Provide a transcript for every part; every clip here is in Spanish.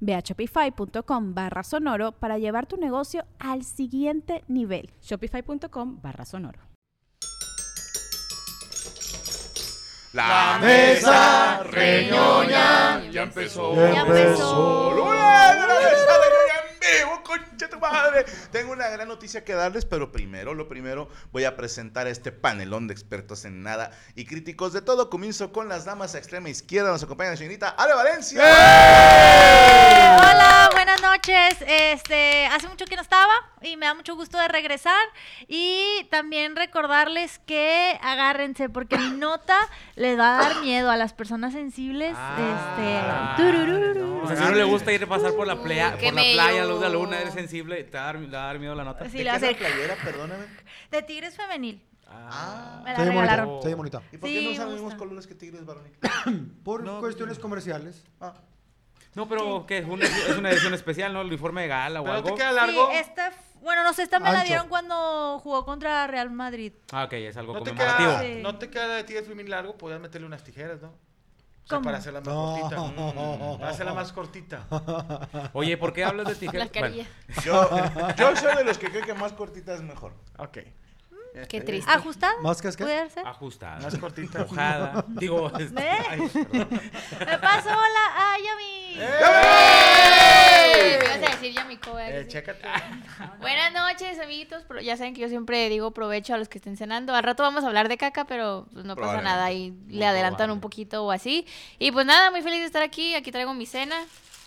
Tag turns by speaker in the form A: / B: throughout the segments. A: Ve a shopify.com barra sonoro para llevar tu negocio al siguiente nivel.
B: Shopify.com barra sonoro.
C: La mesa reñoña ya empezó.
D: Ya empezó.
C: ¡Hola! de la mesa reñoña en vivo, concha tu madre! Tengo una gran noticia que darles, pero primero, lo primero, voy a presentar a este panelón de expertos en nada y críticos de todo. Comienzo con las damas a extrema izquierda. Nos acompaña la señorita Ale Valencia.
D: Hola, buenas noches. Este, hace mucho que no estaba y me da mucho gusto de regresar y también recordarles que agárrense porque mi nota les va a dar miedo a las personas sensibles.
E: Ah,
D: este, turururu.
E: O sea, si no le gusta ir a pasar por la playa,
F: Qué
E: por la
F: mello.
E: playa, luz de la luna, eres sensible, te va a dar, le va a dar miedo la nota.
D: Sí,
C: ¿De
D: le
C: qué es la
D: hace-
C: playera? Perdóname.
D: de Tigres femenil.
E: Ah.
D: Me la
F: Se ve bonita,
D: regalaron.
F: se ve bonita.
C: ¿Y por
D: Sí,
C: qué no
D: me
C: usan los mismos
D: gusta.
C: colores que Tigres Barón?
F: Por
E: No,
F: cuestiones comerciales.
C: Ah.
E: No, pero ¿qué? Es una, es una edición especial, ¿no? El uniforme de gala o
G: ¿Pero
E: algo.
G: te queda largo?
D: Sí, esta, bueno, no sé, esta me la
F: Ancho.
D: dieron cuando jugó contra Real Madrid.
E: Ah, ok, es algo
G: ¿No, te
E: conmemorativo.
G: queda,
D: Sí.
G: no te queda de tigres muy largo, podías meterle unas tijeras, ¿no? O sea,
D: ¿Cómo?
G: para hacerla más
F: No.
G: cortita. Mm, para hacerla más cortita.
E: Oye, ¿por qué hablas de tijeras?
F: Las carillas.
C: Yo, yo soy de los que creen que más cortita es mejor.
G: Ok.
F: Qué triste.
D: ¿Ajustada?
F: ¿Más que es qué? Ah.
D: ¿Puede ser?
E: Bueno, ajustada.
G: Más cortita.
E: Mojada. Digo, este,
D: ¿Eh?
E: ay, perdón.
D: Me paso la a Yami.
F: ¡Eh!
G: ¡Eh!
F: Ibas a
G: Eh, eh,
F: decir,
H: decir ya mi coda, que sí.
G: chécate.
H: Buenas noches, amiguitos. Pero ya saben que yo siempre digo provecho a los que estén cenando. Al rato vamos a hablar de caca, pero pues, no pasa
C: Probablemente.
H: nada. Ahí
E: Muy
H: le adelantan
E: probable.
H: un poquito o así. Y pues nada, muy feliz de estar aquí. Aquí traigo mi cena.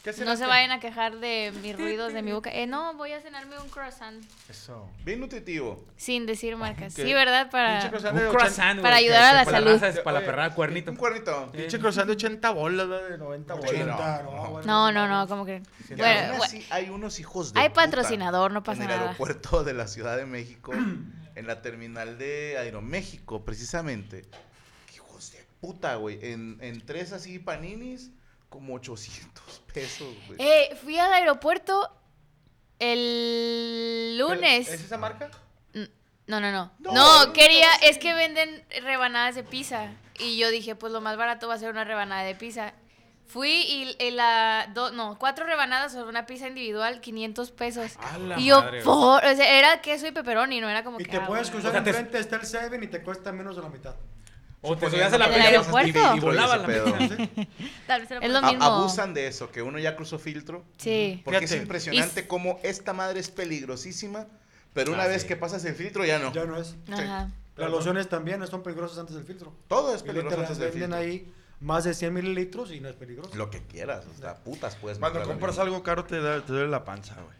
G: ¿Qué
H: No
G: cenaste?
H: se vayan a quejar de mis ruidos, de mi boca. Eh, no, voy a cenarme un croissant.
G: Eso.
C: Bien nutritivo.
H: Sin decir marcas.
G: Ok.
H: Sí, ¿verdad?
G: Pinche
H: Para...
G: croissant de
E: Un
G: 80
E: croissant, güey,
H: para
E: que
H: ayudar a
E: se-
H: la
E: para
H: salud.
E: raza es Para la
G: Oye,
E: perrada cuernito.
C: Un cuernito.
G: Pinche croissant de 80 bolas, ¿no? de 90 bolas.
C: 80,
G: No,
C: no,
F: pues
G: bueno.
H: No, no, no, como que...
C: Y
H: Bueno,
C: aún
H: bueno,
C: así hay unos hijos de
H: hay
C: puta
H: patrocinador, no pasa
C: En el
H: nada.
C: aeropuerto de la Ciudad de México, en la terminal de Aeroméxico, precisamente. Qué Hijos de puta, güey. En, en tres así paninis, como 800 pesos, güey.
H: Eh, fui al aeropuerto el
G: Pero,
H: lunes.
G: ¿Es esa marca?
H: No, no, no.
C: No,
H: No,
C: no,
H: quería, es que venden rebanadas de pizza. Y yo dije, pues lo más barato va a ser una rebanada de pizza. Fui y, y la, do- no, cuatro rebanadas sobre una pizza individual, 500 pesos.
E: A Ah, la
H: y yo,
E: madre, güey.
H: por, o sea, era queso y pepperoni, no era como
F: Y
H: que...
F: te
H: ah,
F: puedes
H: bueno.
F: cruzar
E: O sea, te-
F: enfrente, está el 7 y te cuesta menos de la mitad.
E: O te subías a la
H: ¿En el
E: playa
H: aeropuerto?
E: y, y volaba la
C: Ese pedo.
E: mesa.
D: Tal vez se lo
H: Es lo
C: A-
H: mismo.
C: abusan de eso, que uno ya cruzó filtro.
H: Sí.
C: Porque es
G: Fíjate.
C: impresionante cómo esta madre es peligrosísima, pero una
E: Ah,
C: vez
E: sí.
C: que pasas el filtro ya no.
F: Ya no es.
H: Ajá.
F: Las lociones también son peligrosas antes del filtro.
C: Todo es
F: Y luego te
C: peligroso
F: las
C: antes del
F: venden
C: filtro.
F: ahí más de 100 mililitros y no es peligroso.
C: Lo que quieras, o sea, putas puedes
G: Cuando
C: meter a la
G: compras
C: vida.
G: algo caro te, da- te duele la panza, güey.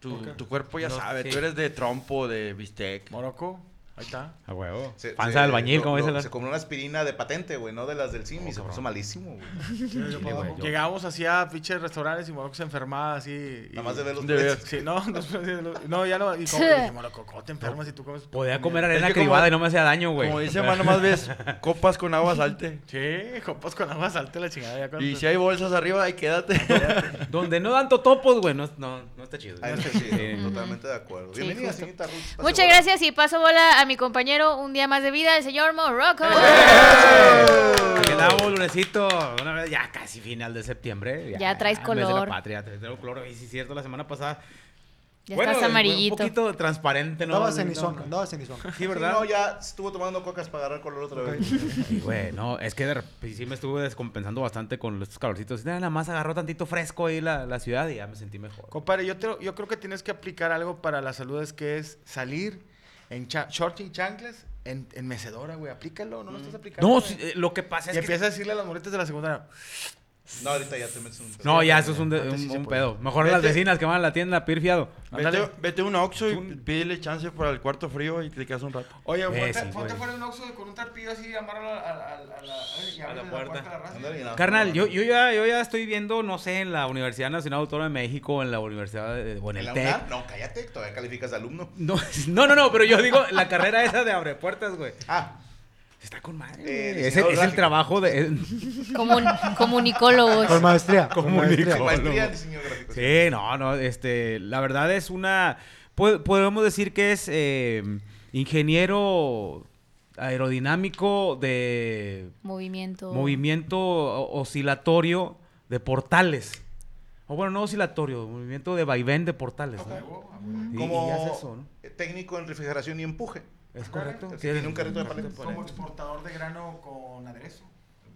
G: Tu,
F: Ok.
G: tu cuerpo ya
E: No,
G: sabe,
E: sí.
G: tú eres de trompo, de bistec.
E: Morocco.
G: Ahí está.
E: A huevo.
C: Se-
E: Panza
C: se-
E: de albañil,
C: lo-
E: como
C: lo-
E: dice la.
C: Se compró una aspirina de patente, güey, no de las del CIMI.
E: Oh,
C: se puso
E: cabrón.
C: malísimo, güey.
F: Sí, yo para
E: güey,
F: abajo.
E: yo-
G: Llegábamos hacia pinches restaurantes y Morocco se enfermaba así. y-
C: Nada más de ver los
G: De
C: precios.
G: Sí, no, no, no, ya no. Y como dije, Morocco, ¿cómo te enfermas y tú comes?
E: Podía comer
G: Es
E: arena
G: que como-
E: cribada y no me hacía daño, güey.
I: Como dice mano más ves copas con agua salte.
G: Sí, compas con agua salte la chingada. Ya cuando-
I: Y si hay bolsas arriba, ahí quédate.
E: Donde no dan totopos, güey. No, no, no está chido.
C: Ahí está
E: Sí.
C: chido, totalmente de acuerdo.
H: Sí,
C: Bienvenida,
H: justo.
C: señorita Ruth. Pase
H: Muchas
C: bola.
H: gracias y paso bola a mi compañero un día más de vida, el señor Morocco.
E: Aquí andamos, lunesito. Una vez, ya casi final de septiembre.
H: Ya traes
E: mes de la
H: color.
E: patria, te- traigo color. Y sí, cierto, la semana pasada.
H: Ya
E: eh, bueno,
H: estás amarillito.
E: Un poquito transparente, ¿no?
F: Andaba
E: No,
F: cenizón,
E: no.
F: andaba cenizón.
E: Sí,
C: Sí,
E: ¿verdad?
C: no, ya estuvo tomando cocas para agarrar color otra vez.
E: Sí, güey, no, es que de rep- sí me estuve descompensando bastante con estos calorcitos. Nada más agarró tantito fresco ahí la, la ciudad y ya me sentí mejor.
G: Compadre, yo, te- yo creo que tienes que aplicar algo para la salud, es que es salir en cha- short y chanclas en, en mecedora, güey. Aplícalo, no lo estás aplicando.
E: No,
G: güey.
E: sí, eh, lo que pasa
G: Y
E: es que...
G: empieza a decirle a las morritas de la secundaria.
C: No, ahorita ya te metes un
E: No, ya, eso es un, de-
G: Antes sí
E: un-
G: se
E: un
G: podía.
E: pedo. Mejor las
I: Vete.
E: vecinas que van a la tienda a pedir fiado.
I: Vete, vete a un Oxxo y
E: Un-
I: pídele chance para el cuarto frío y te quedas un rato.
G: Oye,
E: Eh,
G: ponte,
E: sí,
G: ponte
E: güey.
G: fuera de un oxo con un trapillo así, amárralo a, a- a- a la, y
I: A la
G: ábrele
I: puerta.
G: a la raza.
C: Ándale, y nada,
E: Carnal, yo,
C: ándale.
E: yo, ya, yo ya estoy viendo, no sé, en la Universidad Nacional Autónoma de México, en la Universidad de, o en
C: ¿En
E: el
C: la
E: TEC.
C: UNAM? No, cállate, todavía calificas de alumno.
E: No, no, no, no, pero yo digo la carrera esa de abre puertas, güey.
C: Ah,
E: Está con madre.
C: Eh,
E: güey. es, el-
C: diseñador
E: es el
C: gráfico.
E: trabajo de. eh,
H: Comun- comunicólogos.
F: Con maestría.
E: Como
F: con
E: un
F: maestría.
C: la
E: Psicólogo.
C: maestría en diseño gráfico.
E: Sí, no, no, este, la verdad es una, po- podemos decir que es eh, ingeniero aerodinámico de
H: Movimiento.
E: movimiento o- oscilatorio de portales. O bueno, no oscilatorio, movimiento de vaivén de portales. ¿no? Y-
C: Como
E: y hace eso, ¿no?
C: técnico en refrigeración y empuje.
E: Es correcto.
C: Sí, tiene un carrito de paletas.
G: Como exportador de grano con aderezo.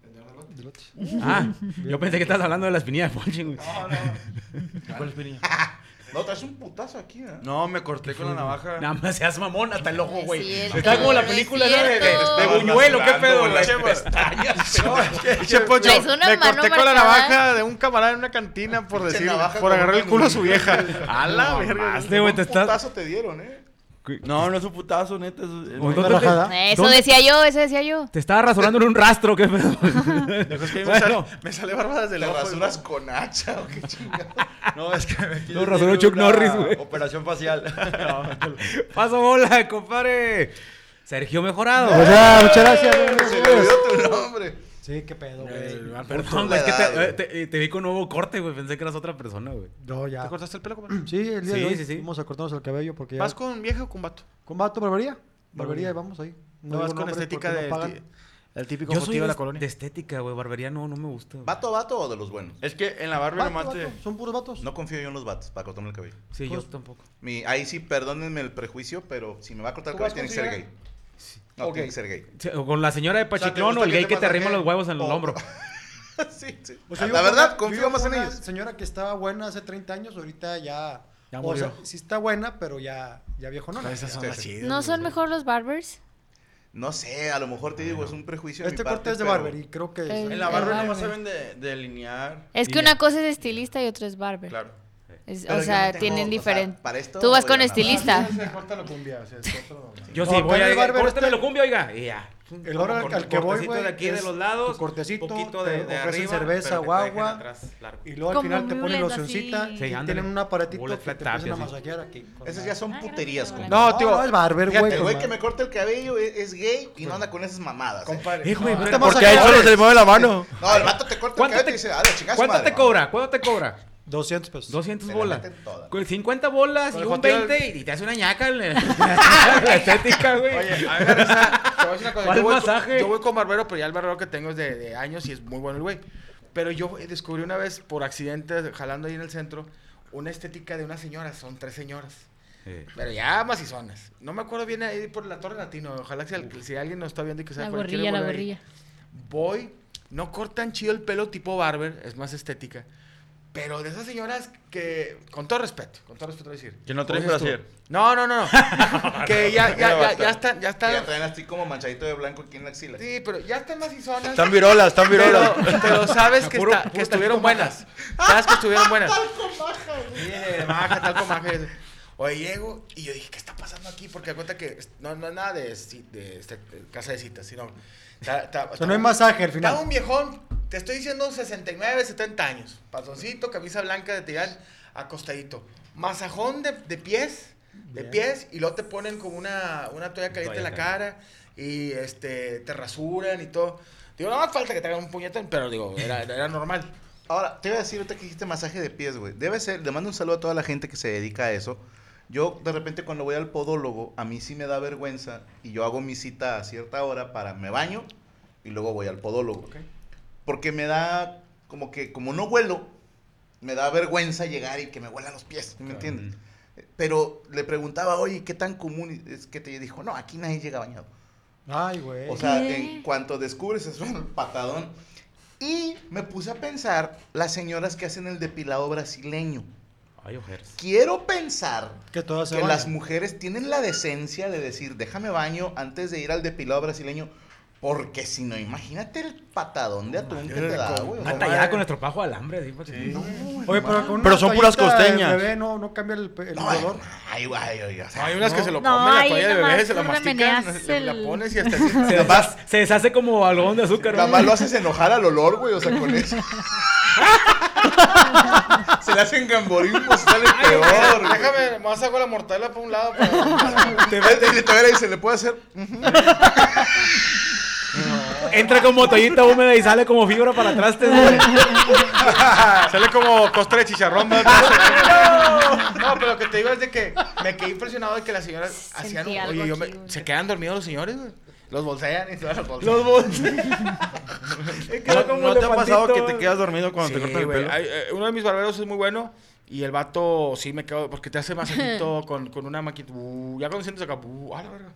G: Vendedor de lotes.
E: Ah, yo pensé que estabas hablando de la espinilla de Ponching, güey.
G: No, no.
I: ¿Cuál es Penilla?
C: No, traes un putazo aquí, ¿eh?
I: No, me corté con la navaja.
E: Nada más seas mamón hasta el ojo,
H: es
E: güey.
H: cierto,
E: Está como la
H: no es
E: película esa de, de,
H: cierto.
E: de Buñuelo, qué
C: Rasurando,
E: pedo,
C: güey,
E: güey.
C: las pestañas,
I: No,
C: pero-
I: es que- che, Poncho,
H: Traes una
I: me
H: mano
I: corté con la
H: marcada.
I: navaja de un camarada en una cantina por
C: Pinche
I: decir,
C: navaja
I: por
C: con
I: agarrar el
C: un
I: culo a su vieja.
E: A la verga. Este güey te
C: Un
E: está.
C: putazo te dieron, ¿eh?
I: No, no es un putazo, neta. es- es-
E: ¿O
I: no,
E: no
F: Una
E: te-
F: rajada.
H: Eso
E: ¿Dónde-
H: decía yo, eso decía yo.
E: Te estaba rasurando en un rastro, qué pedo.
I: es que me,
E: bueno,
I: sale, me sale barba desde
C: Te
I: el
C: lo
I: ojo,
C: rasuras
I: güey.
C: con hacha o qué chingado.
I: pues, No, es que me quise
E: Lo rasuró
I: hacer
E: Chuck
I: una
E: Norris, güey.
I: Operación facial.
E: paso bola, compadre. Sergio Mejorado.
F: Pues
G: Ah,
F: ya, muchas gracias.
C: Se le olvidó tu nombre.
F: Sí, qué pedo, güey.
E: Perdón, güey, es que te, eh, te- eh, te vi con nuevo corte, güey. Pensé que eras otra persona, güey.
F: No, ya.
G: ¿Te cortaste el pelo, compadre?
F: Sí, el día
E: Sí,
F: de hoy
E: sí, sí.
F: vamos a cortarnos el cabello porque ya...
G: ¿Vas con vieja o con vato?
F: ¿Combato barbería? Barbería, vamos ahí.
G: No, vas con estética
F: de...
G: del ti- el típico
E: Yo soy de,
G: motivo de la colonia.
E: de estética, güey. Barbería no, no me gusta. güey.
C: ¿Vato a vato o de los buenos?
I: Es que en la barba nomás te...
F: Son puros vatos.
C: No confío yo en los vatos para cortarme el cabello.
E: Sí, yo
F: pues-
E: tampoco.
C: Mi, ahí sí, perdónenme el prejuicio, pero si me va a cortar el
G: ¿Tú vas
C: cabello, tiene que
G: con
C: ser
G: señora?
C: gay. No,
G: Ok.
C: tiene que ser gay.
E: Sí, O con la señora de
C: sea, ¿te
E: Pachitrón o
C: gusta
E: el
C: que
E: gay
C: te
E: que te arrima
C: masaje?
E: los huevos en el
F: Oh.
C: O-
E: hombro.
C: sí, sí.
F: O sea, yo
C: la
F: con
C: verdad,
F: una-
C: confío
F: yo
C: más
F: con
C: en
F: una
C: ellos.
F: señora que estaba buena hace 30 años, ahorita ya...
E: Ya
F: o sea,
E: murió.
F: sí está buena, pero ya, ya viejo no.
G: Esas son
C: Sí,
G: las
C: sí.
G: chidas.
H: ¿No son mejor los barbers?
C: No sé, a lo mejor te digo, es un prejuicio. de mi
F: Este
C: parte,
F: corte es de
C: pero-
F: barber y creo que...
H: Eh,
I: En la barba
H: Ah,
I: nomás
H: güey.
I: saben de, delinear.
H: Es que una cosa es estilista y otra es barber.
I: Claro.
H: Es-
C: pero
H: o
C: yo
H: sea,
C: no tengo-
H: tienen
C: o sea,
H: diferente.
C: para esto
H: Tú vas
C: voy
H: con
C: a-
H: estilista.
G: Córtalo cumbia, o sea, córtalo.
E: Yo
F: No,
E: sí,
F: acá
E: voy
F: en
E: a.
F: el barber
E: Córtame
F: este-
E: lo cumbia, oiga. Y ya.
F: El barber al-
E: Con
F: al que voy,
E: cortecito
F: güey,
E: de aquí de
F: es
E: los lados.
F: tu cortecito,
E: poquito
F: te
E: de, de
F: ofrecen
E: arriba,
F: cerveza,
E: pero que te
F: guagua.
E: dejen atrás largo.
F: Y luego al
D: Como
F: final te ponen
D: mulet, así.
F: locioncita
D: Sí,
F: y
E: ándale.
F: tienen un aparatito que
E: Bullet
F: te
E: flat therapy,
F: empiezan a
E: así.
F: masajear aquí. con
C: Esas
F: la-
C: ya son
H: Ay,
C: puterías,
H: no,
C: compa.
F: No, tío, es barber,
G: Fíjate,
F: güey.
C: El
F: con
C: güey que
F: madre.
C: me corta el cabello es, es gay y no anda con esas mamadas. eh.
G: Compadre.
E: Eh, güey, pero-
F: Estamos
I: Porque a él
F: acá.
I: solo se le mueve
G: Ah,
I: la mano.
C: No, el vato te corta el
E: ¿Cuánto
C: cabello y te
E: te-
C: dice, a la chica, su
E: ¿Cuánto
C: madre,
E: te
C: no.
E: cobra? ¿Cuánto te cobra?
F: 200 pesos.
E: 200
C: Se la
E: bolas.
C: meten todas.
E: Con 50 bolas
G: Con
E: y
G: el
E: un
G: joteo del-
E: 20 y- y te hace una ñaca en la, la estética, güey.
G: Oye, a ver, esa- te voy a decir una cosa.
E: ¿Cuál
G: yo voy,
E: masaje?
G: yo voy con barbero, pero ya el barbero que tengo es de, de años y es muy bueno el güey. Pero yo eh, descubrí una vez, por accidente, jalando ahí en el centro, una estética de una señora. Son tres señoras. Pero ya macizonas. No me acuerdo bien ahí por la Torre Latino. Ojalá que si, al- si alguien nos está viendo y que sea
H: La
G: cualquier
H: gorrilla, la
G: lugar ahí.
H: gorrilla.
G: Voy, no cortan chido el pelo tipo barber, es más estética. Pero de esas señoras que, con todo respeto, con todo respeto voy a decir.
I: Que no traen
G: ¿Cómo dices tú?
I: brasier.
G: No, no, no, no. que ya, ya, ya, ya están, ya
C: Y Ya
G: están.
C: traen así como manchadito de blanco aquí en la axila.
G: Sí, pero ya están macizonas.
I: Están virolas, están virolas.
G: Pero, pero sabes que,
E: Puro-
G: está-
E: puro
G: que
E: talco
G: estuvieron buenas. Sabes que estuvieron buenas. Bien, maja, talco maja. Oye, llego y yo dije, ¿qué está pasando aquí? Porque da cuenta que es- no, no es nada de, ci- de este- de casa de citas, sino. ta- ta-
F: O sea, no hay masaje al
G: Estaba un
F: final.
G: viejón, te estoy diciendo 69, 70 años. Pasoncito, camisa blanca de tirar, acostadito. Masajón de, de pies, de pies, y luego te ponen como una, una toalla caliente en la cara y este, te rasuran y todo. Digo, no más falta que te hagan un puñetón, pero digo, era, era normal.
C: Ahora, te iba a decir ahorita que dijiste masaje de pies, güey. Debe ser, le mando un saludo a toda la gente que se dedica a eso. Yo, de repente, cuando voy al podólogo, a mí sí me da vergüenza y yo hago mi cita a cierta hora para me baño y luego voy al podólogo. Porque me da, como que, como no huelo, me da vergüenza llegar y que me huelan los pies, ¿me entiendes? Pero le preguntaba, oye, ¿qué tan común es que te dijo? No, aquí nadie llega bañado.
F: Ay, güey.
C: O sea,
D: ¿Qué?
C: en cuanto descubres eso el patadón. Y me puse a pensar las señoras que hacen el depilado brasileño.
E: Ay, ojeras.
C: Quiero pensar
F: Que todas se
C: que
F: bañan.
C: las mujeres tienen la decencia de decir, déjame baño antes de ir al depilado brasileño, porque si no, imagínate el patadón de atún que te da, güey. o sea,
E: Una tallada con nuestro pajo de alambre. así, pues,
C: no,
F: Oye, pero con una
I: Pero son puras
F: toallita de
I: costeñas.
F: bebé no, no cambia el, el
C: no,
F: olor.
C: ay, güey, ay, o sea,
I: Hay unas que se lo
D: No,
I: comen la
D: ahí
I: toalla de bebé,
D: nomás
I: se la
D: tú
I: mastican,
D: remeneas
I: se la
D: el-
I: pones y hasta así.
E: Se, deshace- se deshace como algodón de azúcar.
C: Nada
E: ¿no?
C: más lo haces enojar al olor, güey, o sea, con eso. se le hacen gamborismo, sale peor. güey.
G: Déjame, más hago la mortadela para un lado. para-
C: Te ve- y te ve y se le puede hacer.
E: Entra como toallita húmeda y sale como fibra para atrás. te-
I: Sale como costra de chicharrón. ¿no?
G: No, pero lo que te digo es de que me quedé impresionado de que las señoras
H: Sentí
G: hacían.
H: algo
G: Oye, yo me-
H: aquí, güey.
G: se quedan dormidos los señores, güey. Los bolsean y todas las bolsas.
E: Los botes.
I: ¿No, no te ha pasado que te
E: quedas
I: quedas dormido cuando
G: Sí,
I: te cortan el
G: güey.
I: pelo?
G: Hay, eh, uno de mis barberos es muy bueno y el vato sí me quedo porque te hace masajito con, con una maquita. uh, ya cuando sientes acá, uh, a la verga.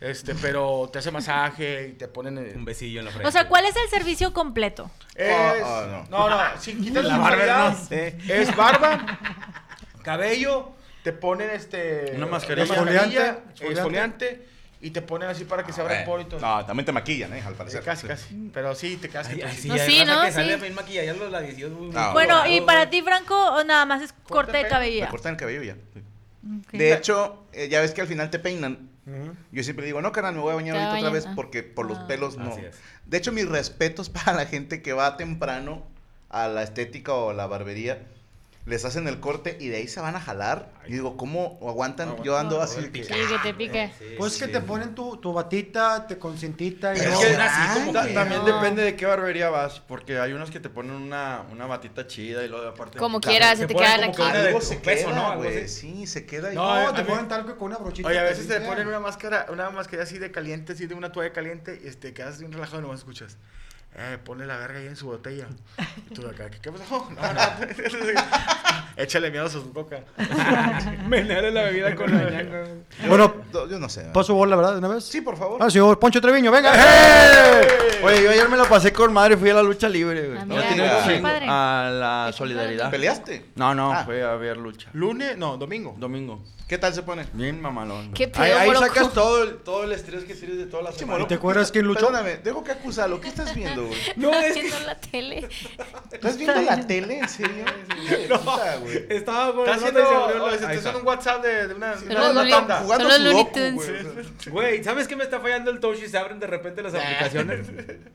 G: Este, pero te hace masaje y te ponen. eh,
E: Un besillo en la frente.
D: O sea, ¿cuál es el servicio completo?
G: es-
C: Ah, ah,
G: no. no, si quitas
E: La
G: la
E: barba,
G: barba,
E: no sé.
G: es barba, cabello, te ponen este
I: Una mascarilla.
G: mascarilla,
F: Exfoliante,
G: exfoliante, y te ponen así para que se abra el poro y todo.
C: No, también te maquillan, ¿eh? Al
G: Eh,
C: parecer.
G: casi, casi. Pero sí, te quedas que te-
H: No, sí, ¿no? Sí.
C: Ah,
D: Bueno, y para ti, Franco, o nada más es corte de
G: pelo.
C: Me
D: cabellera.
C: cortan el cabello y ya. sí.
D: Ok.
C: De hecho, eh, ya ves que al final te peinan.
F: Ujú.
C: Yo siempre digo, no, carnal, me voy a bañar
H: Te
C: ahorita otra
H: bañas,
C: vez
H: ah.
C: porque por los
D: Ah.
C: pelos Pues no.
E: Así es.
C: De hecho, mis respetos para la gente que va temprano a la estética o a la barbería. Les hacen el corte y de ahí se van a jalar. Y digo, ¿cómo aguantan? Yo ando así. de que-
H: Sí, que te pique.
F: Pues que te ponen tu, tu batita, te consentita y
C: Pero
F: no.
I: es que-
C: así como
I: Ta-
C: que-
I: También
H: No.
I: depende de qué barbería vas, porque hay unas que te ponen una, una batita chida y luego aparte...
H: Como
I: Claro.
H: quieras, se
E: se
H: te
E: pone
H: quedan
E: como
H: aquí.
E: que una de
C: Algo
E: tu
C: se
E: peso, ¿no?
C: queda,
E: Algo
C: güey.
E: así.
C: Sí, se queda. y-
I: No,
F: No, eh.
I: a
F: te
I: mí-
F: ponen talco con una brochita.
G: Oye, a veces te
F: limpia.
G: ponen una máscara, una máscara así de caliente, así de una toalla caliente, y te quedas bien relajado y nomás escuchas. Eh, ponle la verga ahí en su botella. Y tú de acá, ¿qué, qué pasó? No, no. Échale miedo a su boca.
E: Menearle la bebida con la ñanga.
C: Yo-
F: Bueno, pues,
C: yo, yo no sé.
F: ¿Paso bola, verdad, de una vez?
C: Sí, por favor.
F: Ah, señor Poncho Treviño, venga.
I: ¡Eh! Oye, yo ayer me la pasé con madre, fui a la lucha libre, güey.
H: Ah,
I: No,
H: mira,
I: tiene
C: qué
I: chingo.
H: padre.
I: A la
H: Qué
I: solidaridad.
C: ¿Peleaste?
I: No, no,
C: Ah.
I: fue a ver lucha.
G: Lunes, no, domingo.
I: Domingo.
C: ¿Qué tal se pone?
I: Bien mamalón.
H: Qué
I: güey.
H: pedo,
I: Ahí, ahí
H: moroco.
I: sacas todo el, todo el estrés que tienes de toda la semana.
F: ¿Te acuerdas quién luchó?
C: Perdóname, dejo que acusa lo que estás viendo, güey.
E: No, es que
H: Viendo la tele.
C: ¿Estás viendo la tele? ¿En serio? No, güey.
E: estaba con la nota
G: Está
E: y se abrió
G: haciendo,
E: la-
G: oye,
E: Ahí
G: estás
E: está.
G: haciendo un WhatsApp de, de una, de
H: Pero
G: una
H: los
G: tanda.
H: Looney-
C: Jugando
H: Son los
C: su
H: Looney
C: loco,
H: Tunes.
C: güey.
E: Güey, ¿sabes qué me está fallando el touch y se abren de repente las aplicaciones?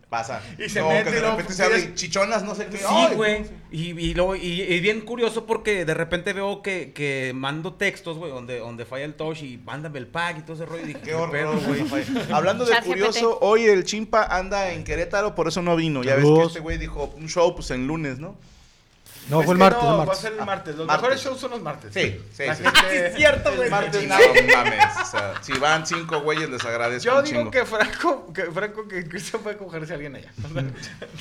C: Pasa.
G: Y se
C: No,
G: mete
C: que
G: y
C: de
G: luego
C: repente se
G: tienes-
C: abren chichonas, no sé qué.
E: Sí,
C: Ay,
E: güey. Y, y luego- y- y bien curioso porque de repente veo que, que mando textos, güey, donde, donde falla el touch y mándame el pack y todo ese rollo. Y dije,
C: Qué horror,
E: güey.
C: güey. Hablando de
H: Chat GPT.
C: curioso, hoy el Chimpa anda en Querétaro, por eso no vino. Ya ves que
F: Saludos.
C: este güey dijo un show pues en lunes, ¿no?
F: No,
G: Es
F: fue el
G: que
F: martes,
G: No,
F: el
G: va a
F: martes.
G: ser el Ah, martes. Los
C: martes.
G: mejores shows son los martes.
C: Sí, sí,
G: La
C: sí.
G: gente-
E: Es cierto, güey.
G: El martes,
C: No mames. O sea, si van cinco güeyes, les agradezco
G: Yo
C: un
G: digo
C: chingo.
G: que Franco, que Franco, que Cristian puede cogerse a alguien allá.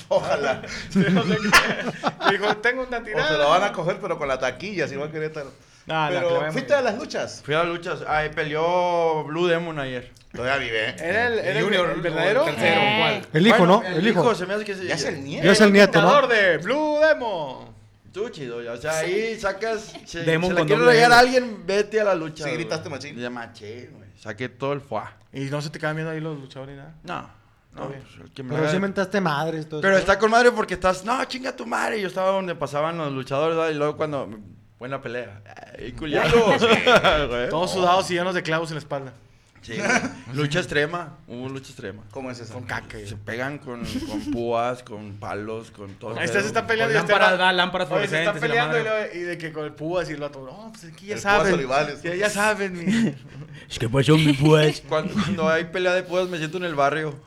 C: Ojalá.
G: Sí, o sea, que- que dijo, tengo una
C: O
G: tirada.
C: se lo van a coger, pero con la taquilla, si va a Querétaro.
G: Ah, la
C: pero,
G: clavé muy
C: ¿fuiste a las luchas?
I: Fui a la lucha, ahí peleó Blue Demon ayer.
C: Todavía vive, ¿eh?
G: Era el, era el-
C: Junior,
G: el verdadero.
C: o el
H: tercero,
G: Eh,
H: ¿cuál?
F: El hijo,
I: Bueno,
F: ¿no? El hijo.
I: se me hace que se...
C: Ya es el nieto.
F: Ya es el nieto, ¿no?
G: Fundador de Blue Demon.
I: Estuvo chido, ya. O sea, ahí sacas. Si,
E: Demon
I: si la
E: con
I: quieres
E: doble
I: rayar
E: M.
I: a alguien, vete a la lucha.
C: Sí,
I: güey.
C: gritaste machín.
I: Ya machín, güey. Saqué todo el fuá.
G: Y no se te quedan viendo ahí los luchadores y nada.
I: No, no.
G: bien.
I: pues, el que me
F: Pero
I: haga-
F: sí mentaste madres. todo
I: Pero
F: eso.
I: está con madre porque estás. No, chinga tu madre. Yo estaba donde pasaban los luchadores, ¿verdad? Y luego cuando. Buena pelea. Y culiados. Güey.
G: Todos sudados y llenos de clavos en la espalda.
I: Sí. Lucha extrema. Hubo lucha extrema.
C: ¿Cómo es eso?
G: Con caca.
I: Se pegan con, con púas, con palos, con todo.
G: Ahí está, se están peleando.
E: Con
G: y este
E: lámparas,
G: vato-
E: va, lámparas
G: Oye, se están
E: fluorescentes y la
G: peleando y, luego- y de que con el púas y el vato. No, pues aquí ya
C: El Púas
G: saben.
C: Olivares.
G: Ya, ya saben. mi-
E: Es que pues yo mi pues.
I: Cuando, cuando hay pelea de púas, me siento en el barrio.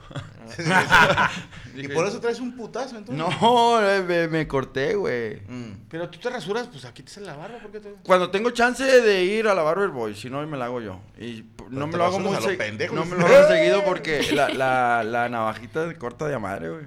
C: ¿Y por eso traes un putazo entonces?
I: No, eh, me, me corté, güey.
C: Mm.
G: Pero tú te rasuras, pues aquí te la barba. ¿Por qué te.?
I: Cuando tengo chance de ir a la Barber Boy, si no, me la hago yo. Y p-
C: Pero
I: no
C: te
I: me, lo hago
C: rasuras
I: muy
C: a lo
I: se-
C: pendejo.
I: no me lo hago seguido porque la, la, la navajita se corta de madre, güey.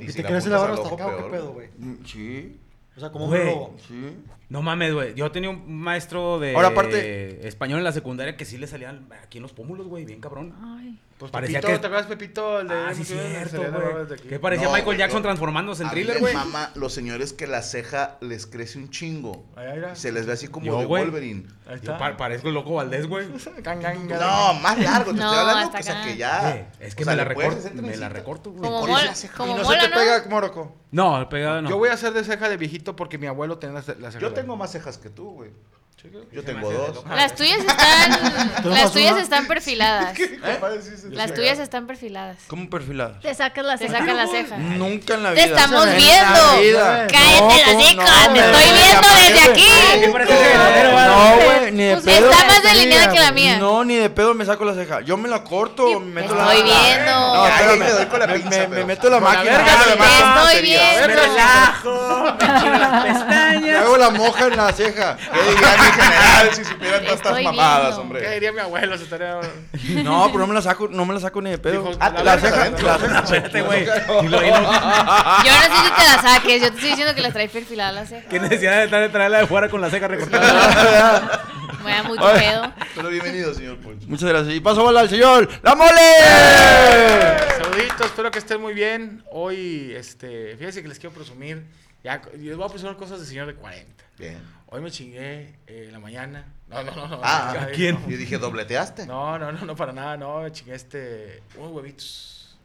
C: Y
F: ¿Y
C: si
F: te crees la
C: apuntas
F: barba
C: al
F: hasta
C: ojo,
F: acá o qué
C: peor,
F: pedo,
C: güey.
F: güey?
I: Mm, Sí,
F: O sea, como un
E: Güey.
F: lobo.
I: sí.
E: No mames, güey. Yo tenía un maestro de
I: Ahora, aparte-
E: español en la secundaria que sí le salían aquí en los pómulos, güey, bien cabrón.
D: Ay.
G: Pues
E: Parecía
G: Pepito,
E: que-
G: ¿te acuerdas Pepito? El de
E: Ah, sí,
G: Se le
E: cierto,
G: derrama
E: güey.
G: desde aquí.
E: Que parecía
C: No,
E: Michael
C: güey,
E: Jackson
C: no.
E: transformándose en
C: A mí
E: thriller,
C: me
E: güey.
C: mama los señores que la ceja les crece un chingo.
G: Ahí, ahí, ahí.
C: Se les ve así como
E: Yo,
C: de
E: güey.
C: Wolverine.
E: Yo
G: Ahí está.
E: pa- parezco el loco Valdés, güey.
G: Gan, gan, gan.
C: No, más largo, te
H: No,
C: estoy hablando
H: hasta
C: que, o sea,
H: acá.
C: que ya.
E: Eh, es
C: Ah, o
E: que
C: sea,
E: me, la
C: le puedes
E: recorto,
C: hacer
E: me la
C: trencita.
E: recorto, güey.
H: Como
C: Con
H: mola,
C: esa ceja.
H: como
I: Y no
H: mola,
I: se te
H: ¿no?
I: pega, Morocco.
E: No, el pegado no.
G: Yo voy a hacer de ceja de viejito porque mi abuelo tenía la ce- la ceja.
C: Yo
G: larga.
C: tengo más cejas que tú, güey. Yo
E: Se me
C: tengo
E: hace de
C: dos.
E: loca.
H: Las tuyas están.
F: Toma,
H: las tuyas
F: suma.
H: están perfiladas.
C: Compadre, sí, sí,
H: Las
C: sí.
H: tuyas están perfiladas.
I: ¿Cómo perfilado?
D: Te sacas la
H: Te
D: ceja.
H: sacan la ceja.
I: Nunca en la
H: Te
I: vida.
H: estamos
I: En
H: viendo.
I: la vida.
H: Cállate
I: No,
H: los
I: ¿cómo
H: hijos,
I: no,
H: te
I: güey?
H: estoy viendo
I: Aparte,
H: desde
I: güey,
H: aquí.
E: ¿Qué Ah, parece verdadero, güey?
I: No, güey, ni de
D: Pues
I: pedo.
H: Está más delineada que la mía.
I: No, ni de pedo me saco la ceja. Yo me la corto, me meto la
H: estoy viendo.
I: No,
C: Ay,
I: espérame.
C: me doy con la
I: Me-
C: pinza,
I: me-
C: pero-
I: Me meto la
G: Con la
I: máquina.
G: verga,
I: Ah,
G: te
I: la
H: Te
I: máquina.
H: estoy viendo.
E: Me relajo, me echo las
I: Me
E: pestañas.
I: hago la moja en la ceja.
C: ¿Qué dirían en general si supieran todas estas
H: Estoy
C: mamadas,
H: viendo.
G: ¿Qué
C: hombre?
G: diría mi abuelo? Se estaría...
I: No, pero no me la saco, no me la saco ni de pedo.
G: Dijo,
I: Ah,
G: la
I: la
G: verga,
I: ceja,
C: adentro.
I: la ceja.
E: Espérate, güey. Y lo- y lo-
H: Yo no sé si te la saques. Yo te estoy diciendo que la traes perfilada la ceja.
E: ¿Qué necesidad de tra- traerla de fuera con la ceja recortada?
H: Me da mucho pedo.
C: Pero bienvenido, señor Poncho.
I: Muchas gracias. Y paso bola al señor. ¡La mole!
G: Saluditos, espero que estén muy bien. Hoy, este, fíjense que les quiero presumir. Ya, les voy a presumir cosas de señor de 40.
C: Bien.
G: Hoy me chingué eh, en la mañana. No, no, no. no
C: Ah,
G: Ay,
C: ¿a
E: quién?
G: no.
C: Yo dije, ¿dobleteaste?
G: No, no, no, no, para nada. No, me chingué este, unos huevitos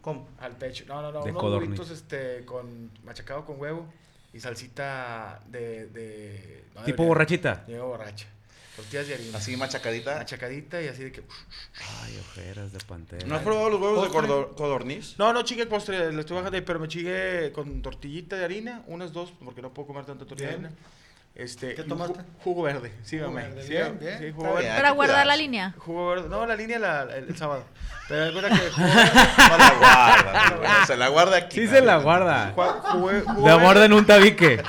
C: ¿Cómo?
G: al pecho. No, no, no.
E: De
G: unos
E: codorniz.
G: huevitos este, con, machacado con huevo y salsita de. de no
E: Tipo
G: debería.
E: borrachita.
G: Llego borracha. Tortillas de harina.
C: Así machacadita.
G: Machacadita y así de que.
E: Ay, ojeras de pantera.
I: ¿No has probado los huevos de cordo- codorniz?
G: No, no chingue el postre, le estoy bajando ahí, pero me chingue con tortillita de harina, unas dos, porque no puedo comer tanta tortilla de
F: Bien.
G: harina. Este,
F: ¿Qué
G: y ju-
F: tomaste?
G: Jugo verde, sí,
F: Jugo
G: mamá.
F: verde,
G: Sí,
F: bien,
G: sí,
F: bien,
G: jugo
C: está
G: verde.
C: bien.
D: Para
C: que
D: guardar la
C: cuidarse.
D: línea.
G: Jugo verde. No, la línea la, el, el sábado. Pero das cuenta que jugo
C: No la guarda, no la guarda, se la guarda aquí.
E: Sí se la guarda.
G: verde- ju- jugué- jugo
E: La
G: verde-
E: guarda en un tabique.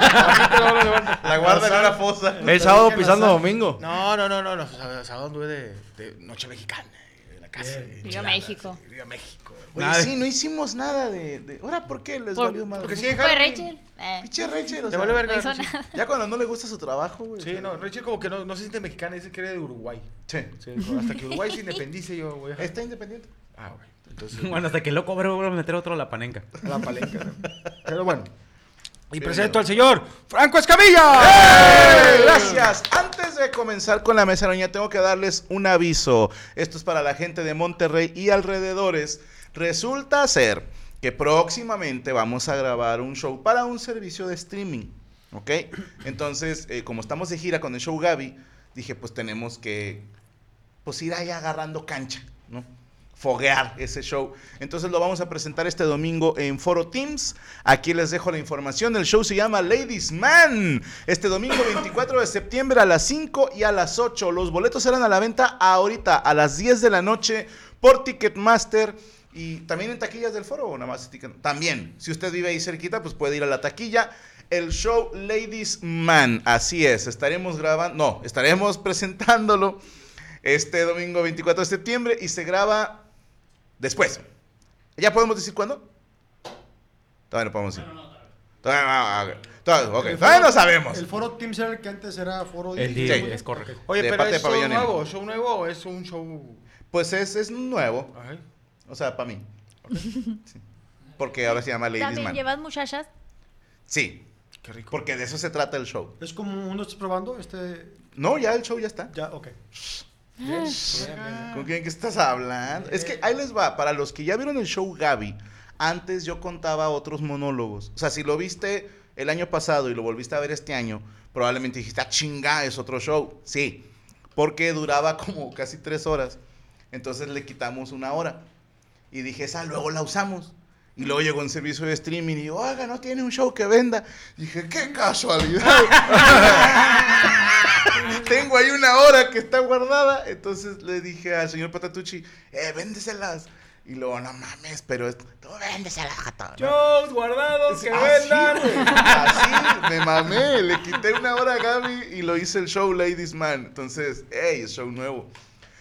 C: La guarda en una fosa.
I: El sábado pisando domingo.
G: No, no, no, no, no. sá- Sábado anduve de, de noche mexicana, en la casa.
H: Viva
G: enchiladas,
H: México.
G: sí, Viva México.
C: Oye,
E: Nada.
C: sí, no hicimos nada de. de- Ahora, ¿por qué les
H: Por-
C: valió madre?
G: Porque sí
H: Pues
G: dejaron.
H: Rachel. eh,
C: Pinche Rachel, o
G: Te
C: sea,
G: vale verga.
H: No hizo
G: Rachel.
H: nada.
C: Ya cuando no le gusta su trabajo, güey.
G: Sí, no, Rachel como que no, no se siente mexicana, dice que era de Uruguay.
C: Sí.
G: Sí, dijo, hasta que Uruguay se independice yo voy a...
C: Está independiente.
G: Ah, güey. Entonces,
E: Bueno, hasta que loco, bro, voy a meter otro a la panenca.
G: a la palenca. ¿no? Pero bueno. Y
C: Bienvenido.
G: presento al señor Franco Escamilla.
C: ¡Ey! Gracias. Antes de comenzar con la mesa araña, tengo que darles un aviso. Esto es para la gente de Monterrey y alrededores. Resulta ser que próximamente vamos a grabar un show para un servicio de streaming. ¿Ok? Entonces, eh, como estamos de gira con el show Gaby, dije, pues tenemos que pues ir ahí agarrando cancha, ¿no? Foguear ese show. Entonces lo vamos a presentar este domingo en Foro Teams. Aquí les dejo la información. El show se llama Ladies Man. Este domingo 24 de septiembre a las 5 y a las 8. Los boletos serán a la venta ahorita a las 10 de la noche por Ticketmaster. Y también en taquillas del foro o nada más. Ticket- También. Si usted vive ahí cerquita, pues puede ir a la taquilla. El show Ladies Man. Así es. Estaremos grabando. No, estaremos presentándolo este domingo 24 de septiembre y se graba después. ¿Ya podemos decir cuándo? Todavía no podemos decir. Todavía no, ah, ok. Todavía- ok,
F: El
C: todavía no
F: foro-
C: sabemos.
F: El foro Teams era el que antes era foro
E: El
F: Teams,
E: día
C: Sí.
F: güey.
E: es correcto.
G: Oye,
C: De
G: pero
C: parte
G: es
C: de
G: show
C: Pabellón M.
G: nuevo, show nuevo o es un show.
C: Pues es, es nuevo,
G: Ajá.
C: o sea, para mí. Sí. Porque ahora se llama Ladies
D: También
C: Man.
D: llevas muchachas.
C: Sí,
G: Qué rico.
C: porque de eso se trata el show.
F: Es como uno está probando, este.
C: No, ya el show ya está.
F: Ya, ok.
C: ¿Con quién que estás hablando? Es que ahí les va, para los que ya vieron el show Gaby, antes yo contaba otros monólogos. O sea, si lo viste el año pasado y lo volviste a ver este año, probablemente dijiste, ah, chinga, es otro show. Sí, porque duraba como casi tres horas. Entonces le quitamos una hora. Y dije, esa luego la usamos. Y luego llegó un servicio de streaming y digo, oiga, no tiene un show que venda. dije, qué casualidad. Tengo ahí una hora que está guardada. Entonces le dije al señor Patatucci, eh, véndeselas. Y luego, no mames, pero es- tú véndeselas, jato.
G: Shows guardados que
C: así,
G: vendan.
C: güey, así, me mamé. Le quité una hora a Gaby y lo hice el show Ladies Man. Entonces, hey, es show nuevo.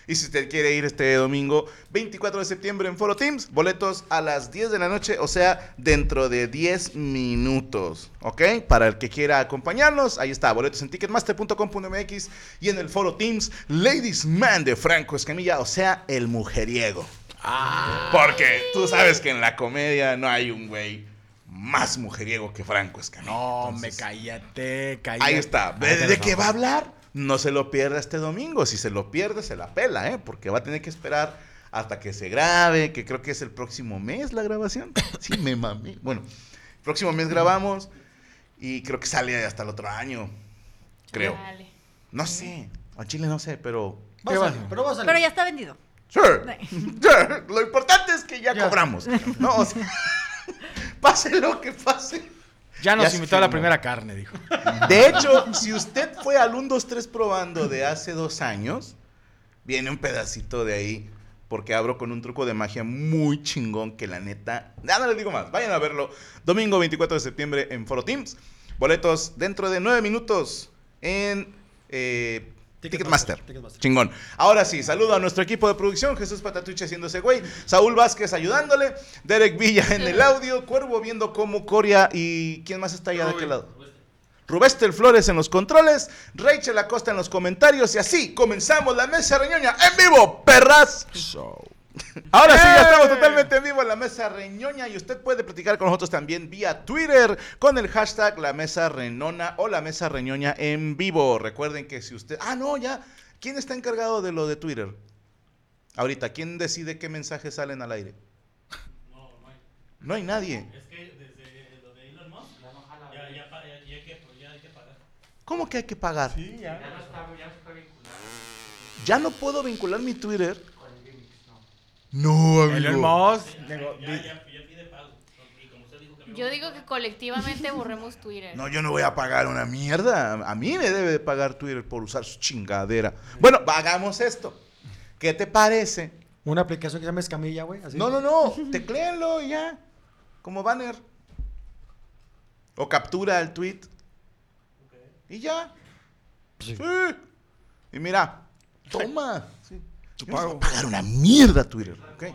C: Y si usted quiere ir este domingo 24 de septiembre en Foro Teams, boletos a las 10 de la noche, o sea, dentro de 10 minutos. ¿Ok? Para el que quiera acompañarnos, ahí está, boletos en ticketmaster.com.mx y en el Foro Teams, Ladies Man de Franco Escamilla, o sea, el mujeriego.
E: Ah.
C: Porque tú sabes que en la comedia no hay un güey más mujeriego que Franco Escamilla.
E: No, me
C: Entonces,
E: cállate, cállate.
C: Ahí está. ¿De,
E: Cállate
C: de
E: los
C: qué va a
E: ojos.
C: hablar? No se lo pierda este domingo. Si se lo pierde, se la pela, ¿eh? Porque va a tener que esperar hasta que se grabe, que creo que es el próximo mes la grabación. Sí, me mami. Bueno, próximo mes grabamos y creo que sale hasta el otro año. Creo.
H: Dale.
C: No sé. A Chile no sé, pero.
F: Va a salir, pero va a salir.
D: Pero ya está vendido.
C: Sí. Sí. Lo importante es que ya,
F: Ya.
C: cobramos. No, o sea, pase lo que pase.
E: Ya
C: Ya
E: nos
C: se
E: invitó a la
C: firmó.
E: primera carne, dijo.
C: De hecho, si usted fue al 1, 2, 3 probando de hace dos años, viene un pedacito de ahí. Porque abro con un truco de magia muy chingón que la neta. Ya no les digo más. Vayan a verlo. Domingo 24 de septiembre en Foro Teams. Boletos dentro de nueve minutos en eh, Ticketmaster.
F: Ticketmaster, Ticketmaster.
C: Chingón. Ahora sí, saludo a nuestro equipo de producción. Jesús Patatuche haciéndose güey. Saúl Vázquez ayudándole. Derek Villa en el audio. Cuervo viendo cómo Coria y. ¿Quién más está allá de aquel lado? Rubestel Flores en los controles, Rachel Acosta en los comentarios y así comenzamos la mesa reñoña en vivo, perras. Ahora sí, ya estamos totalmente en vivo en la mesa reñoña y usted puede platicar con nosotros también vía Twitter con el hashtag la mesa renona o la mesa reñoña en vivo. Recuerden que si usted... Ah, no, ya. ¿Quién está encargado de lo de Twitter? Ahorita, ¿quién decide qué mensajes salen al aire? No, no hay. No hay nadie. ¿Cómo que hay que pagar? ya. no puedo vincular mi Twitter. No, amigo.
E: Elon Musk.
H: Yo digo que colectivamente borremos Twitter.
C: No, yo no voy a pagar una mierda. A mí me debe de pagar Twitter por usar su chingadera. Bueno, hagamos esto. ¿Qué te parece?
F: Una aplicación que se llama Escamilla, güey. así.
C: No, no, no. Tecléenlo y ya. Como banner. O captura el tweet. Y ya. Sí. Y mira, toma. Sí. Yo no voy a pagar una mierda Twitter. ¿ok?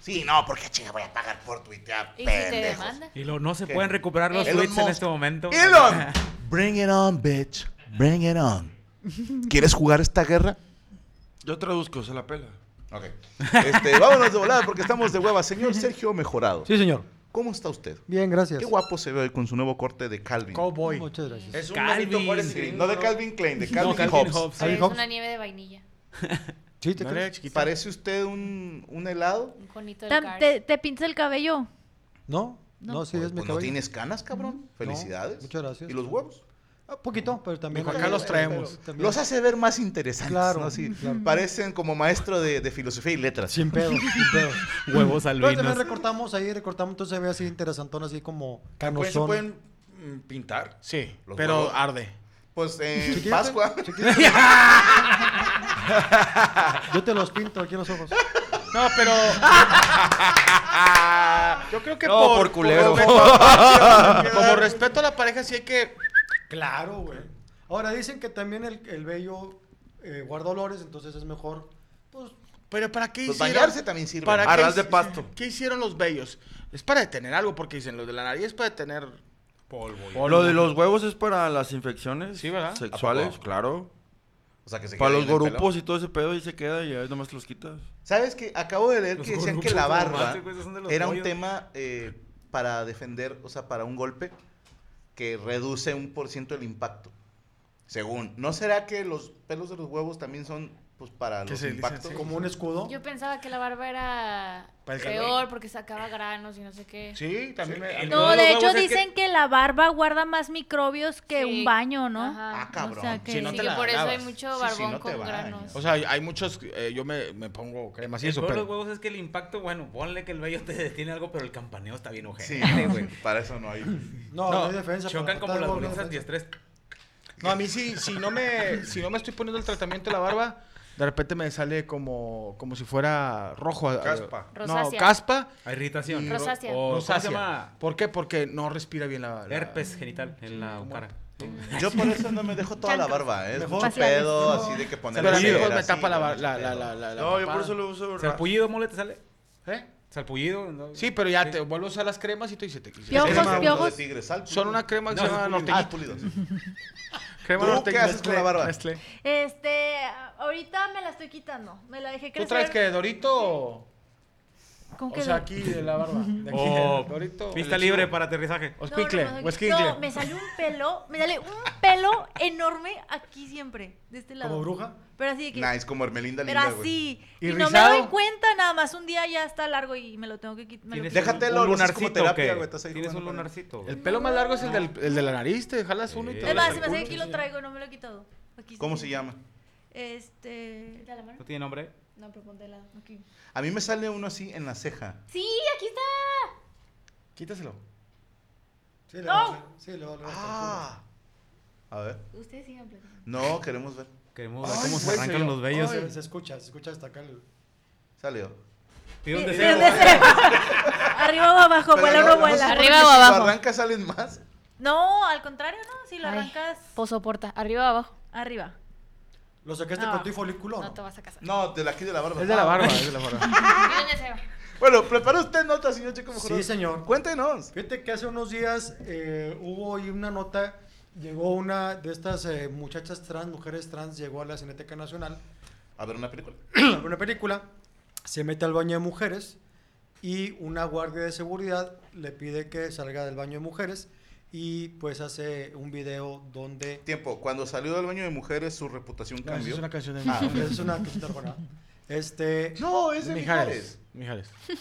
C: Sí, no, porque chinga voy a pagar por tuitear.
H: ¿Y si te
C: pendejos.
H: demanda?
E: Y lo- no se
C: ¿Qué?
E: pueden recuperar los
C: Elon
E: tweets en
C: Musk.
E: este momento.
C: Elon, bring it on, bitch. Bring it on. ¿Quieres jugar esta guerra?
I: Yo traduzco, se la pela.
C: Ok. Este, vámonos de volada porque estamos de hueva. Señor Sergio Mejorado,
F: Sí, señor.
C: ¿cómo está usted?
F: Bien, gracias.
C: Qué guapo se ve hoy con su nuevo corte de Calvin.
E: Cowboy.
F: Muchas gracias.
G: Es un
E: Calvin.
G: Benito Juárez
E: Sí,
C: Sí,
G: gringo,
C: no de Calvin Klein, de Calvin,
E: No, Calvin
C: Hobbes.
E: Hobbs.
H: Es
F: Hobbs.
H: una nieve de vainilla.
F: Sí, te
E: Dale,
F: crees?
E: chiquita.
C: ¿Parece usted un, un helado?
H: Un conito de
D: Tam-
H: Cars.
D: ¿Te, te pintas el cabello?
F: No, no, sí,
C: Pues,
F: es mi
C: pues no
F: cabello.
C: tienes canas, cabrón. Felicidades.
F: muchas gracias.
C: ¿Y los huevos?
F: Ah, poquito, pero también.
E: Dijo, acá los traemos.
F: Pero también-
C: Los hace ver más interesantes.
F: Claro,
C: ¿no? Sí,
F: claro.
C: Parecen como maestro de, de filosofía y letras.
F: Sin pedo, sin pedo.
E: Huevos
F: Pero también
E: albinos.
F: recortamos ahí, recortamos, entonces se ve así interesantón, así como
I: Pues se
F: canosón.
I: pueden mm, pintar.
E: Sí,
C: Los
E: pero
C: huevos.
E: arde.
C: Pues
I: Eh,
C: en
F: Si quieren,
C: Pascua.
F: si quieren. Yo te los pinto aquí en los ojos.
E: No, pero.
C: Ah,
G: Yo creo que
I: No, por culero.
G: respeto a- como respeto a la pareja, sí hay que.
F: Claro, güey. Ahora dicen que también el, el vello eh, guarda olores, entonces es mejor. Pues,
G: Pero ¿para qué
C: Pues
G: hicieron?
C: bañarse también sirve.
G: ¿Para
I: A
G: qué
I: ras de
G: hici-
I: pasto.
G: ¿Qué hicieron los bellos? Es para detener algo, porque dicen, los de la nariz es para detener.
I: O lo de los huevos es para las infecciones
G: Sí, ¿verdad?
C: ¿A
I: sexuales,
C: poco?
I: claro.
C: O sea, que se
I: Para
C: queda
I: los
C: bien el pelo.
I: gorupos y todo ese pedo y se queda y ahí nomás te los quitas.
C: ¿Sabes que Acabo de leer
E: Los
C: que decían que
E: gorrupos
C: la
E: de
C: barba
E: tomate, güey, esos son de los
C: era un
E: pollos.
C: tema eh, para defender, o sea, para un golpe que reduce un por ciento el impacto. Según. ¿No será que los pelos de los huevos también son pues para los
G: se dicen
C: impactos?
G: así?
F: como un escudo.
H: Yo pensaba que la barba era
G: Para el
H: peor
G: calor.
H: porque sacaba granos y no sé qué.
G: Sí, también. me- a mí-
D: No,
E: de los
D: de
E: huevos
D: hecho
E: es que-
D: dicen que... la barba guarda más microbios que
H: Sí.
D: un baño, ¿no?
H: Ajá.
C: Ah, cabrón.
D: O sea que...
G: Sí, no
H: Sí,
G: te
H: que
G: la
H: por eso hay
G: lavas.
H: mucho
C: Sí, sí,
H: barbón
C: no te
H: con
C: bañas.
H: granos.
G: O sea, hay muchos. eh, yo me, me pongo cremas y
E: El
G: eso,
E: peor de
G: pero.
E: los huevos es que el impacto, bueno, ponle que el vello te detiene algo, pero el campaneo está bien
C: Sí,
E: ojete,
C: no,
E: güey.
C: para eso no hay.
F: No, no, hay defensa.
E: Chocan
F: pero
E: como
F: está
E: las
F: bueno,
E: bolitas
F: defensa.
E: 10-3.
G: No, a mí sí, si no me, si no me estoy poniendo el tratamiento de la barba, de repente me sale como, como si fuera rojo. a- a-
I: Caspa.
G: No,
H: Rosácea.
G: caspa.
E: Irritación.
H: Rosácea.
E: O, ¿Cómo se
G: rosácea.
E: llama?
G: ¿Por qué? Porque no respira bien la, la-
E: Herpes genital en la cara.
C: Yo por eso no me dejo toda la barba, ¿eh? Es
F: Mejor
C: mucho
F: faciales,
C: pedo,
F: ¿no?
C: así de que poner
G: Pero a mí
E: Salpullido.
G: pues,
C: cera,
G: me
C: así,
G: tapa la,
C: ¿no?
G: bar- la, la, la, la- la
I: No, yo por
G: papada.
I: eso lo uso. ra-
E: ¿Salpullido, mole, te sale?
G: ¿Eh?
E: ¿Salpullido? no?
G: Sí, pero ya te vuelvo a usar las cremas y te dice te
C: Ese
D: Piojos,
C: es uno de
D: piojos.
C: tigre, sal,
G: Son una crema que se llama
C: pulido. Ah,
G: norteñita.
C: pulido.
G: Crema
C: ¿Tú qué
G: norteñita.
C: haces con la barba?
G: Nestlé.
D: Este, ahorita me la estoy quitando. Me la dejé
G: ¿Tú
D: crecer.
G: traes que Dorito o-
D: ¿Con
G: o
D: qué
G: sea,
D: do-
G: aquí de la barba? De aquí,
E: O
G: Dorito.
E: Oh. pista libre para aterrizaje.
G: O
D: No,
G: escuincle,
D: no, no, no,
G: o escuincle.
D: no, me salió un pelo, me sale un pelo enorme aquí siempre, de este lado.
F: Como bruja.
D: Pero así de que,
C: Nice, como Hermelinda
D: pero
C: Linda, güey.
D: así.
G: ¿Y
D: Y, no me
G: rizado?
D: doy cuenta, nada más un día ya está largo y me lo tengo que quitar.
E: ¿Tienes
C: Déjatelo,
E: un
C: lo haces
E: lunarcito
C: como terapia,
E: o qué?
C: güey, estás ahí
E: Tienes un
C: jugando con él.
E: lunarcito. güey?
G: El pelo más largo es el, del- el de la nariz, te jalas uno y te
D: Es más,
G: jalas
D: se me hace que
G: uno.
D: aquí lo traigo, no me lo he quitado. Aquí sí.
C: ¿Cómo se llama?
D: Este.
H: ¿Quita la mano?
E: ¿No tiene nombre?
H: No, pero ponte la.
D: aquí.
C: A mí me sale uno así en la ceja.
H: Sí, aquí está.
G: Quítaselo.
F: Sí, le
D: No.
F: va a- Sí, le va a volver a
C: Ah. A ver.
H: Ustedes sigan platicando.
C: No, queremos ver.
E: Queremos ver
G: Ay,
E: cómo se
G: güey,
E: arrancan
G: señor.
E: los
F: calcular.
E: vellos.
I: Ah.
F: Ay, se escucha, se escucha hasta acá. el-
C: Salió.
E: Pide un
D: Sí,
E: deseo.
D: sí, deseo. Arriba o abajo,
C: Pero
D: vuela o
C: no,
D: no
C: no
D: vuela.
C: se supone
H: Arriba
C: que
H: o
C: si lo
H: abajo.
C: arranca salen más.
D: No, al contrario, no. Si lo
H: Ay.
D: arrancas
H: Posoporta, Pues arriba o abajo.
D: arriba.
F: ¿Lo sacaste
H: No.
F: con tu folículo? o
H: No
F: No,
H: te vas a casar.
C: No, de la aquí de la barba. Ah.
G: Es de la barba, es de la barba.
H: Miren ese.
C: Bueno, prepara usted nota, señor Chico Mejorado.
F: Sí, señor.
C: Cuéntenos.
F: Fíjate que hace unos días eh, hubo ahí una nota, llegó una de estas eh, muchachas trans, mujeres trans, llegó a la Cineteca Nacional,
C: A ver una película.
F: a ver una película, se mete al baño de mujeres y una guardia de seguridad le pide que salga del baño de mujeres y pues hace un video donde...
C: Tiempo. Cuando salió del baño de mujeres, su reputación
G: No, esa
C: cambió.
G: es una canción de
C: Ah,
F: Ah, es una cosita rara. Este...
C: No, es de
G: Mijares.
C: Mijares.
G: Mijares.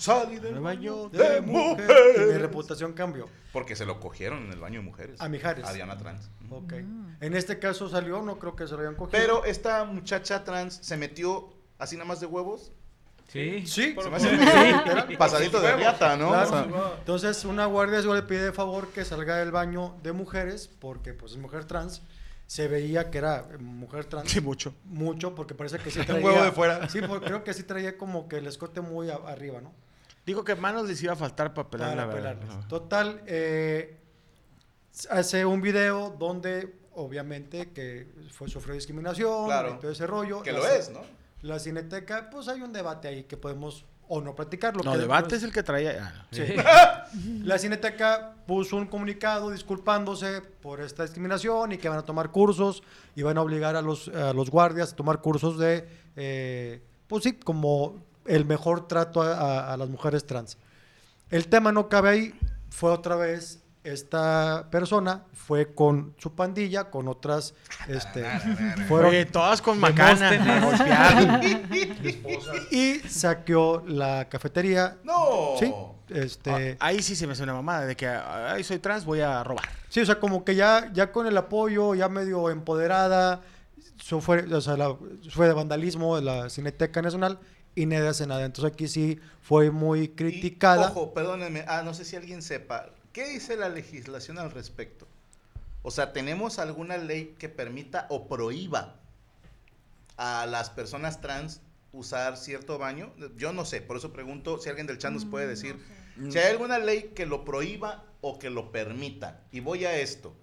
C: Salí del
G: Ah, Del
C: baño
G: baño
C: de
F: de mujer, y mi
C: mujeres.
F: reputación cambió.
C: Porque se lo cogieron en el baño de mujeres.
F: A Mijares.
C: A Diana Trans.
F: Ok.
G: Ah.
F: En este caso salió, no creo que se lo hayan cogido.
C: Pero esta muchacha trans se metió así nada más de huevos.
E: Sí.
F: Sí,
C: Se
F: se
C: me hace pasadito de riata, ¿no?
F: Claro.
C: O sea,
F: Entonces, una guardia de seguridad le pide de favor que salga del baño de mujeres, porque pues es mujer trans. Se veía que era eh, mujer trans
G: Sí, mucho.
F: mucho, porque parece que sí
I: Un
F: traía...
I: huevo de fuera.
F: Sí, porque creo que sí traía como que el escote muy a- arriba, ¿no?
G: Dijo que manos les iba a faltar para pelar la
F: Para
G: verdad.
F: pelarles. Total, eh, hace un video donde obviamente que fue, sufrió discriminación,
C: Claro.
F: y todo ese rollo.
C: que
F: La
C: lo
F: ci-
C: es, ¿no?
F: La cineteca, pues hay un debate ahí que podemos o no platicarlo.
G: No,
F: que-
G: debate es el que traía. ah, no.
F: Sí. La Cineteca puso un comunicado disculpándose por esta discriminación y que van a tomar cursos y van a obligar a los, a los guardias a tomar cursos de, eh, pues sí, como el mejor trato a, a- a las mujeres trans. El tema no cabe ahí, fue otra vez esta persona, fue con su pandilla, con otras, este, fueron
G: Oye, todas con macana. a golpear.
F: y saqueó la cafetería.
C: No.
F: Sí, este...
G: Ah, Ahí sí se me hace una mamada de que ah, ay, soy trans, voy a robar.
F: Sí, o sea, como que ya, ya con el apoyo, ya medio empoderada, sufre, o sea, la- sufre de vandalismo de la Cineteca Nacional y nadie hace nada. Entonces aquí sí fue muy
C: Y,
F: criticada.
C: ojo, perdónenme. Ah, no sé si alguien sepa. ¿Qué dice la legislación al respecto? O sea, ¿tenemos alguna ley que permita o prohíba a las personas trans usar cierto baño? Yo no sé, por eso pregunto si alguien del chat nos puede decir
F: Mm.
C: si hay alguna ley que lo prohíba o que lo permita. Y voy a esto.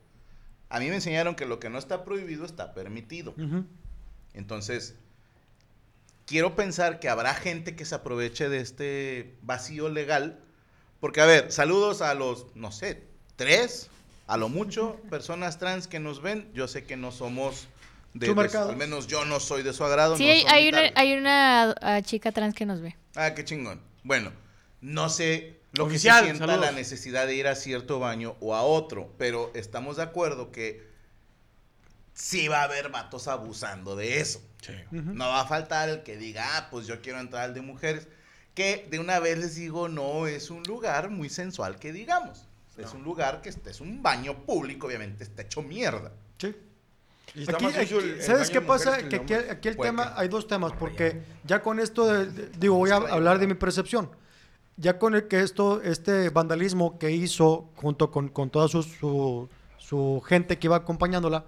C: A mí me enseñaron que lo que no está prohibido está permitido.
F: Ujú.
C: Entonces, quiero pensar que habrá gente que se aproveche de este vacío legal. Porque, a ver, saludos a los, no sé, tres, a lo mucho, personas trans que nos ven. Yo sé que no somos de,
F: Su
C: de-
F: mercado.
C: al menos yo no soy de su agrado.
H: Sí,
C: no
H: hay,
C: son
H: hay
C: mi
H: una,
C: target.
H: hay una ah, chica trans que nos ve.
C: Ah, qué chingón. Bueno, no sé lo que
G: Oficial,
C: se sienta
G: saludos.
C: la necesidad de ir a cierto baño o a otro, pero estamos de acuerdo que sí va a haber vatos abusando de eso. No va a faltar el que diga, ah, pues yo quiero entrar al de mujeres. Que de una vez les digo, no es un lugar muy sensual que digamos. Es un lugar que este, es un baño público, obviamente está hecho mierda.
F: Sí.
I: Y está
F: Aquí,
I: más sucio el-
F: aquí-
I: el
F: ¿Sabes
I: baño
F: qué
I: de
F: pasa?
I: mujeres
F: Que aquí,
I: el de
F: aquí el
C: Puerca.
F: tema, hay dos temas, porque ya con esto, de- de- digo, voy a
C: Extraño.
F: hablar de mi percepción. Ya con el que esto, este vandalismo que hizo junto con, con toda su, su, su gente que iba acompañándola,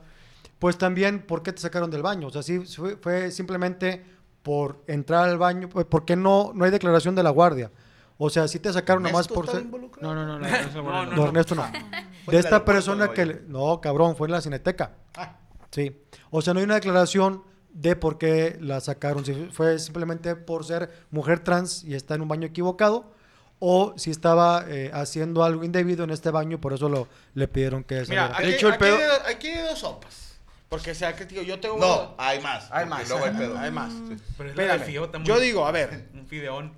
F: pues también, ¿por qué te sacaron del baño? O sea, sí, fue, fue simplemente por entrar al baño, pues, ¿por qué no, no hay declaración de la guardia? O sea, sí te sacaron nada más
G: ¿Ernesto
F: por
G: estaba
F: ser...
G: involucrado?
J: No, no, no, no. No, se borra,
F: No,
J: no.
F: Ernesto no.
C: Fue
F: De
C: en el
F: esta
C: aeropuerto,
F: persona
C: ¿no?
F: que... le- No, cabrón, fue en la Cineteca. Sí. O sea, no hay una declaración de por qué la sacaron. Si fue simplemente por ser mujer trans y está en un baño equivocado. O si estaba eh, haciendo algo indebido en este baño, y por eso lo, le pidieron que
G: Mira,
F: saliera.
G: aquí,
I: De hecho, el
G: aquí
I: pedo-
G: hay, de- aquí hay de dos sopas. Porque, o sea, que tío, yo tengo...
C: No, hay más.
G: Hay
C: porque
G: más,
C: Luego hay
G: ajá,
C: pedo.
G: hay más.
E: Pero es la
G: Espérame,
E: del fiota, muy-
G: yo digo, a ver,
E: Un fideón.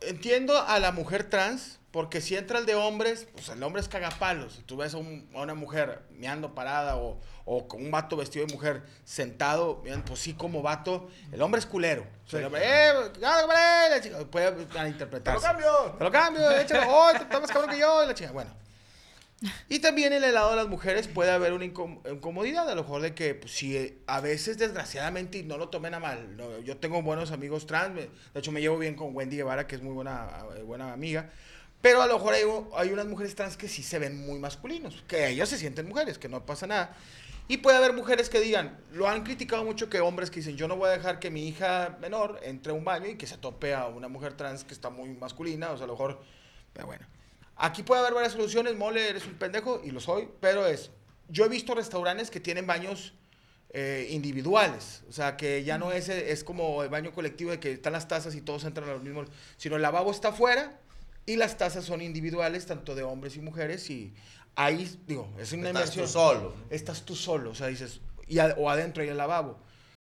G: entiendo a la mujer trans, porque si entra el de hombres, pues el hombre es cagapalos. Tú ves a, un- a una mujer meando parada o, o con un vato vestido de mujer sentado, mean- pues sí, como vato, el hombre es culero. O sea, el hombre, "Eh, ya, hombre", la chica- puede
C: ¡Te lo
G: malinterpretarse.
C: cambio!
G: Te lo cambio, échalo. Oh, tú estás más cabrón que yo. Y la chica, bueno. Y también en el lado de las mujeres puede haber una incom- incomodidad, a lo mejor de que pues, si eh, a veces desgraciadamente, y no lo tomen a mal, no, yo tengo buenos amigos trans, me- de hecho me llevo bien con Wendy Guevara, que es muy buena, eh, buena amiga, pero a lo mejor hay, u- hay unas mujeres trans que sí se ven muy masculinos, que ellas se sienten mujeres, que no pasa nada. Y puede haber mujeres que digan, lo han criticado mucho que hombres que dicen, yo no voy a dejar que mi hija menor entre a un baño y que se tope a una mujer trans que está muy masculina, o sea, a lo mejor, pero bueno. Aquí puede haber varias soluciones, mole, eres un pendejo, y lo soy, pero es, yo he visto restaurantes que tienen baños eh, individuales, o sea, que ya no es, es como el baño colectivo de que están las tazas y todos entran a los mismos, sino el lavabo está afuera y las tazas son individuales, tanto de hombres y mujeres, y ahí, digo, es una
C: Estás tú
G: inversión
C: solo.
G: estás tú solo, o sea, dices, y a- o adentro hay el lavabo.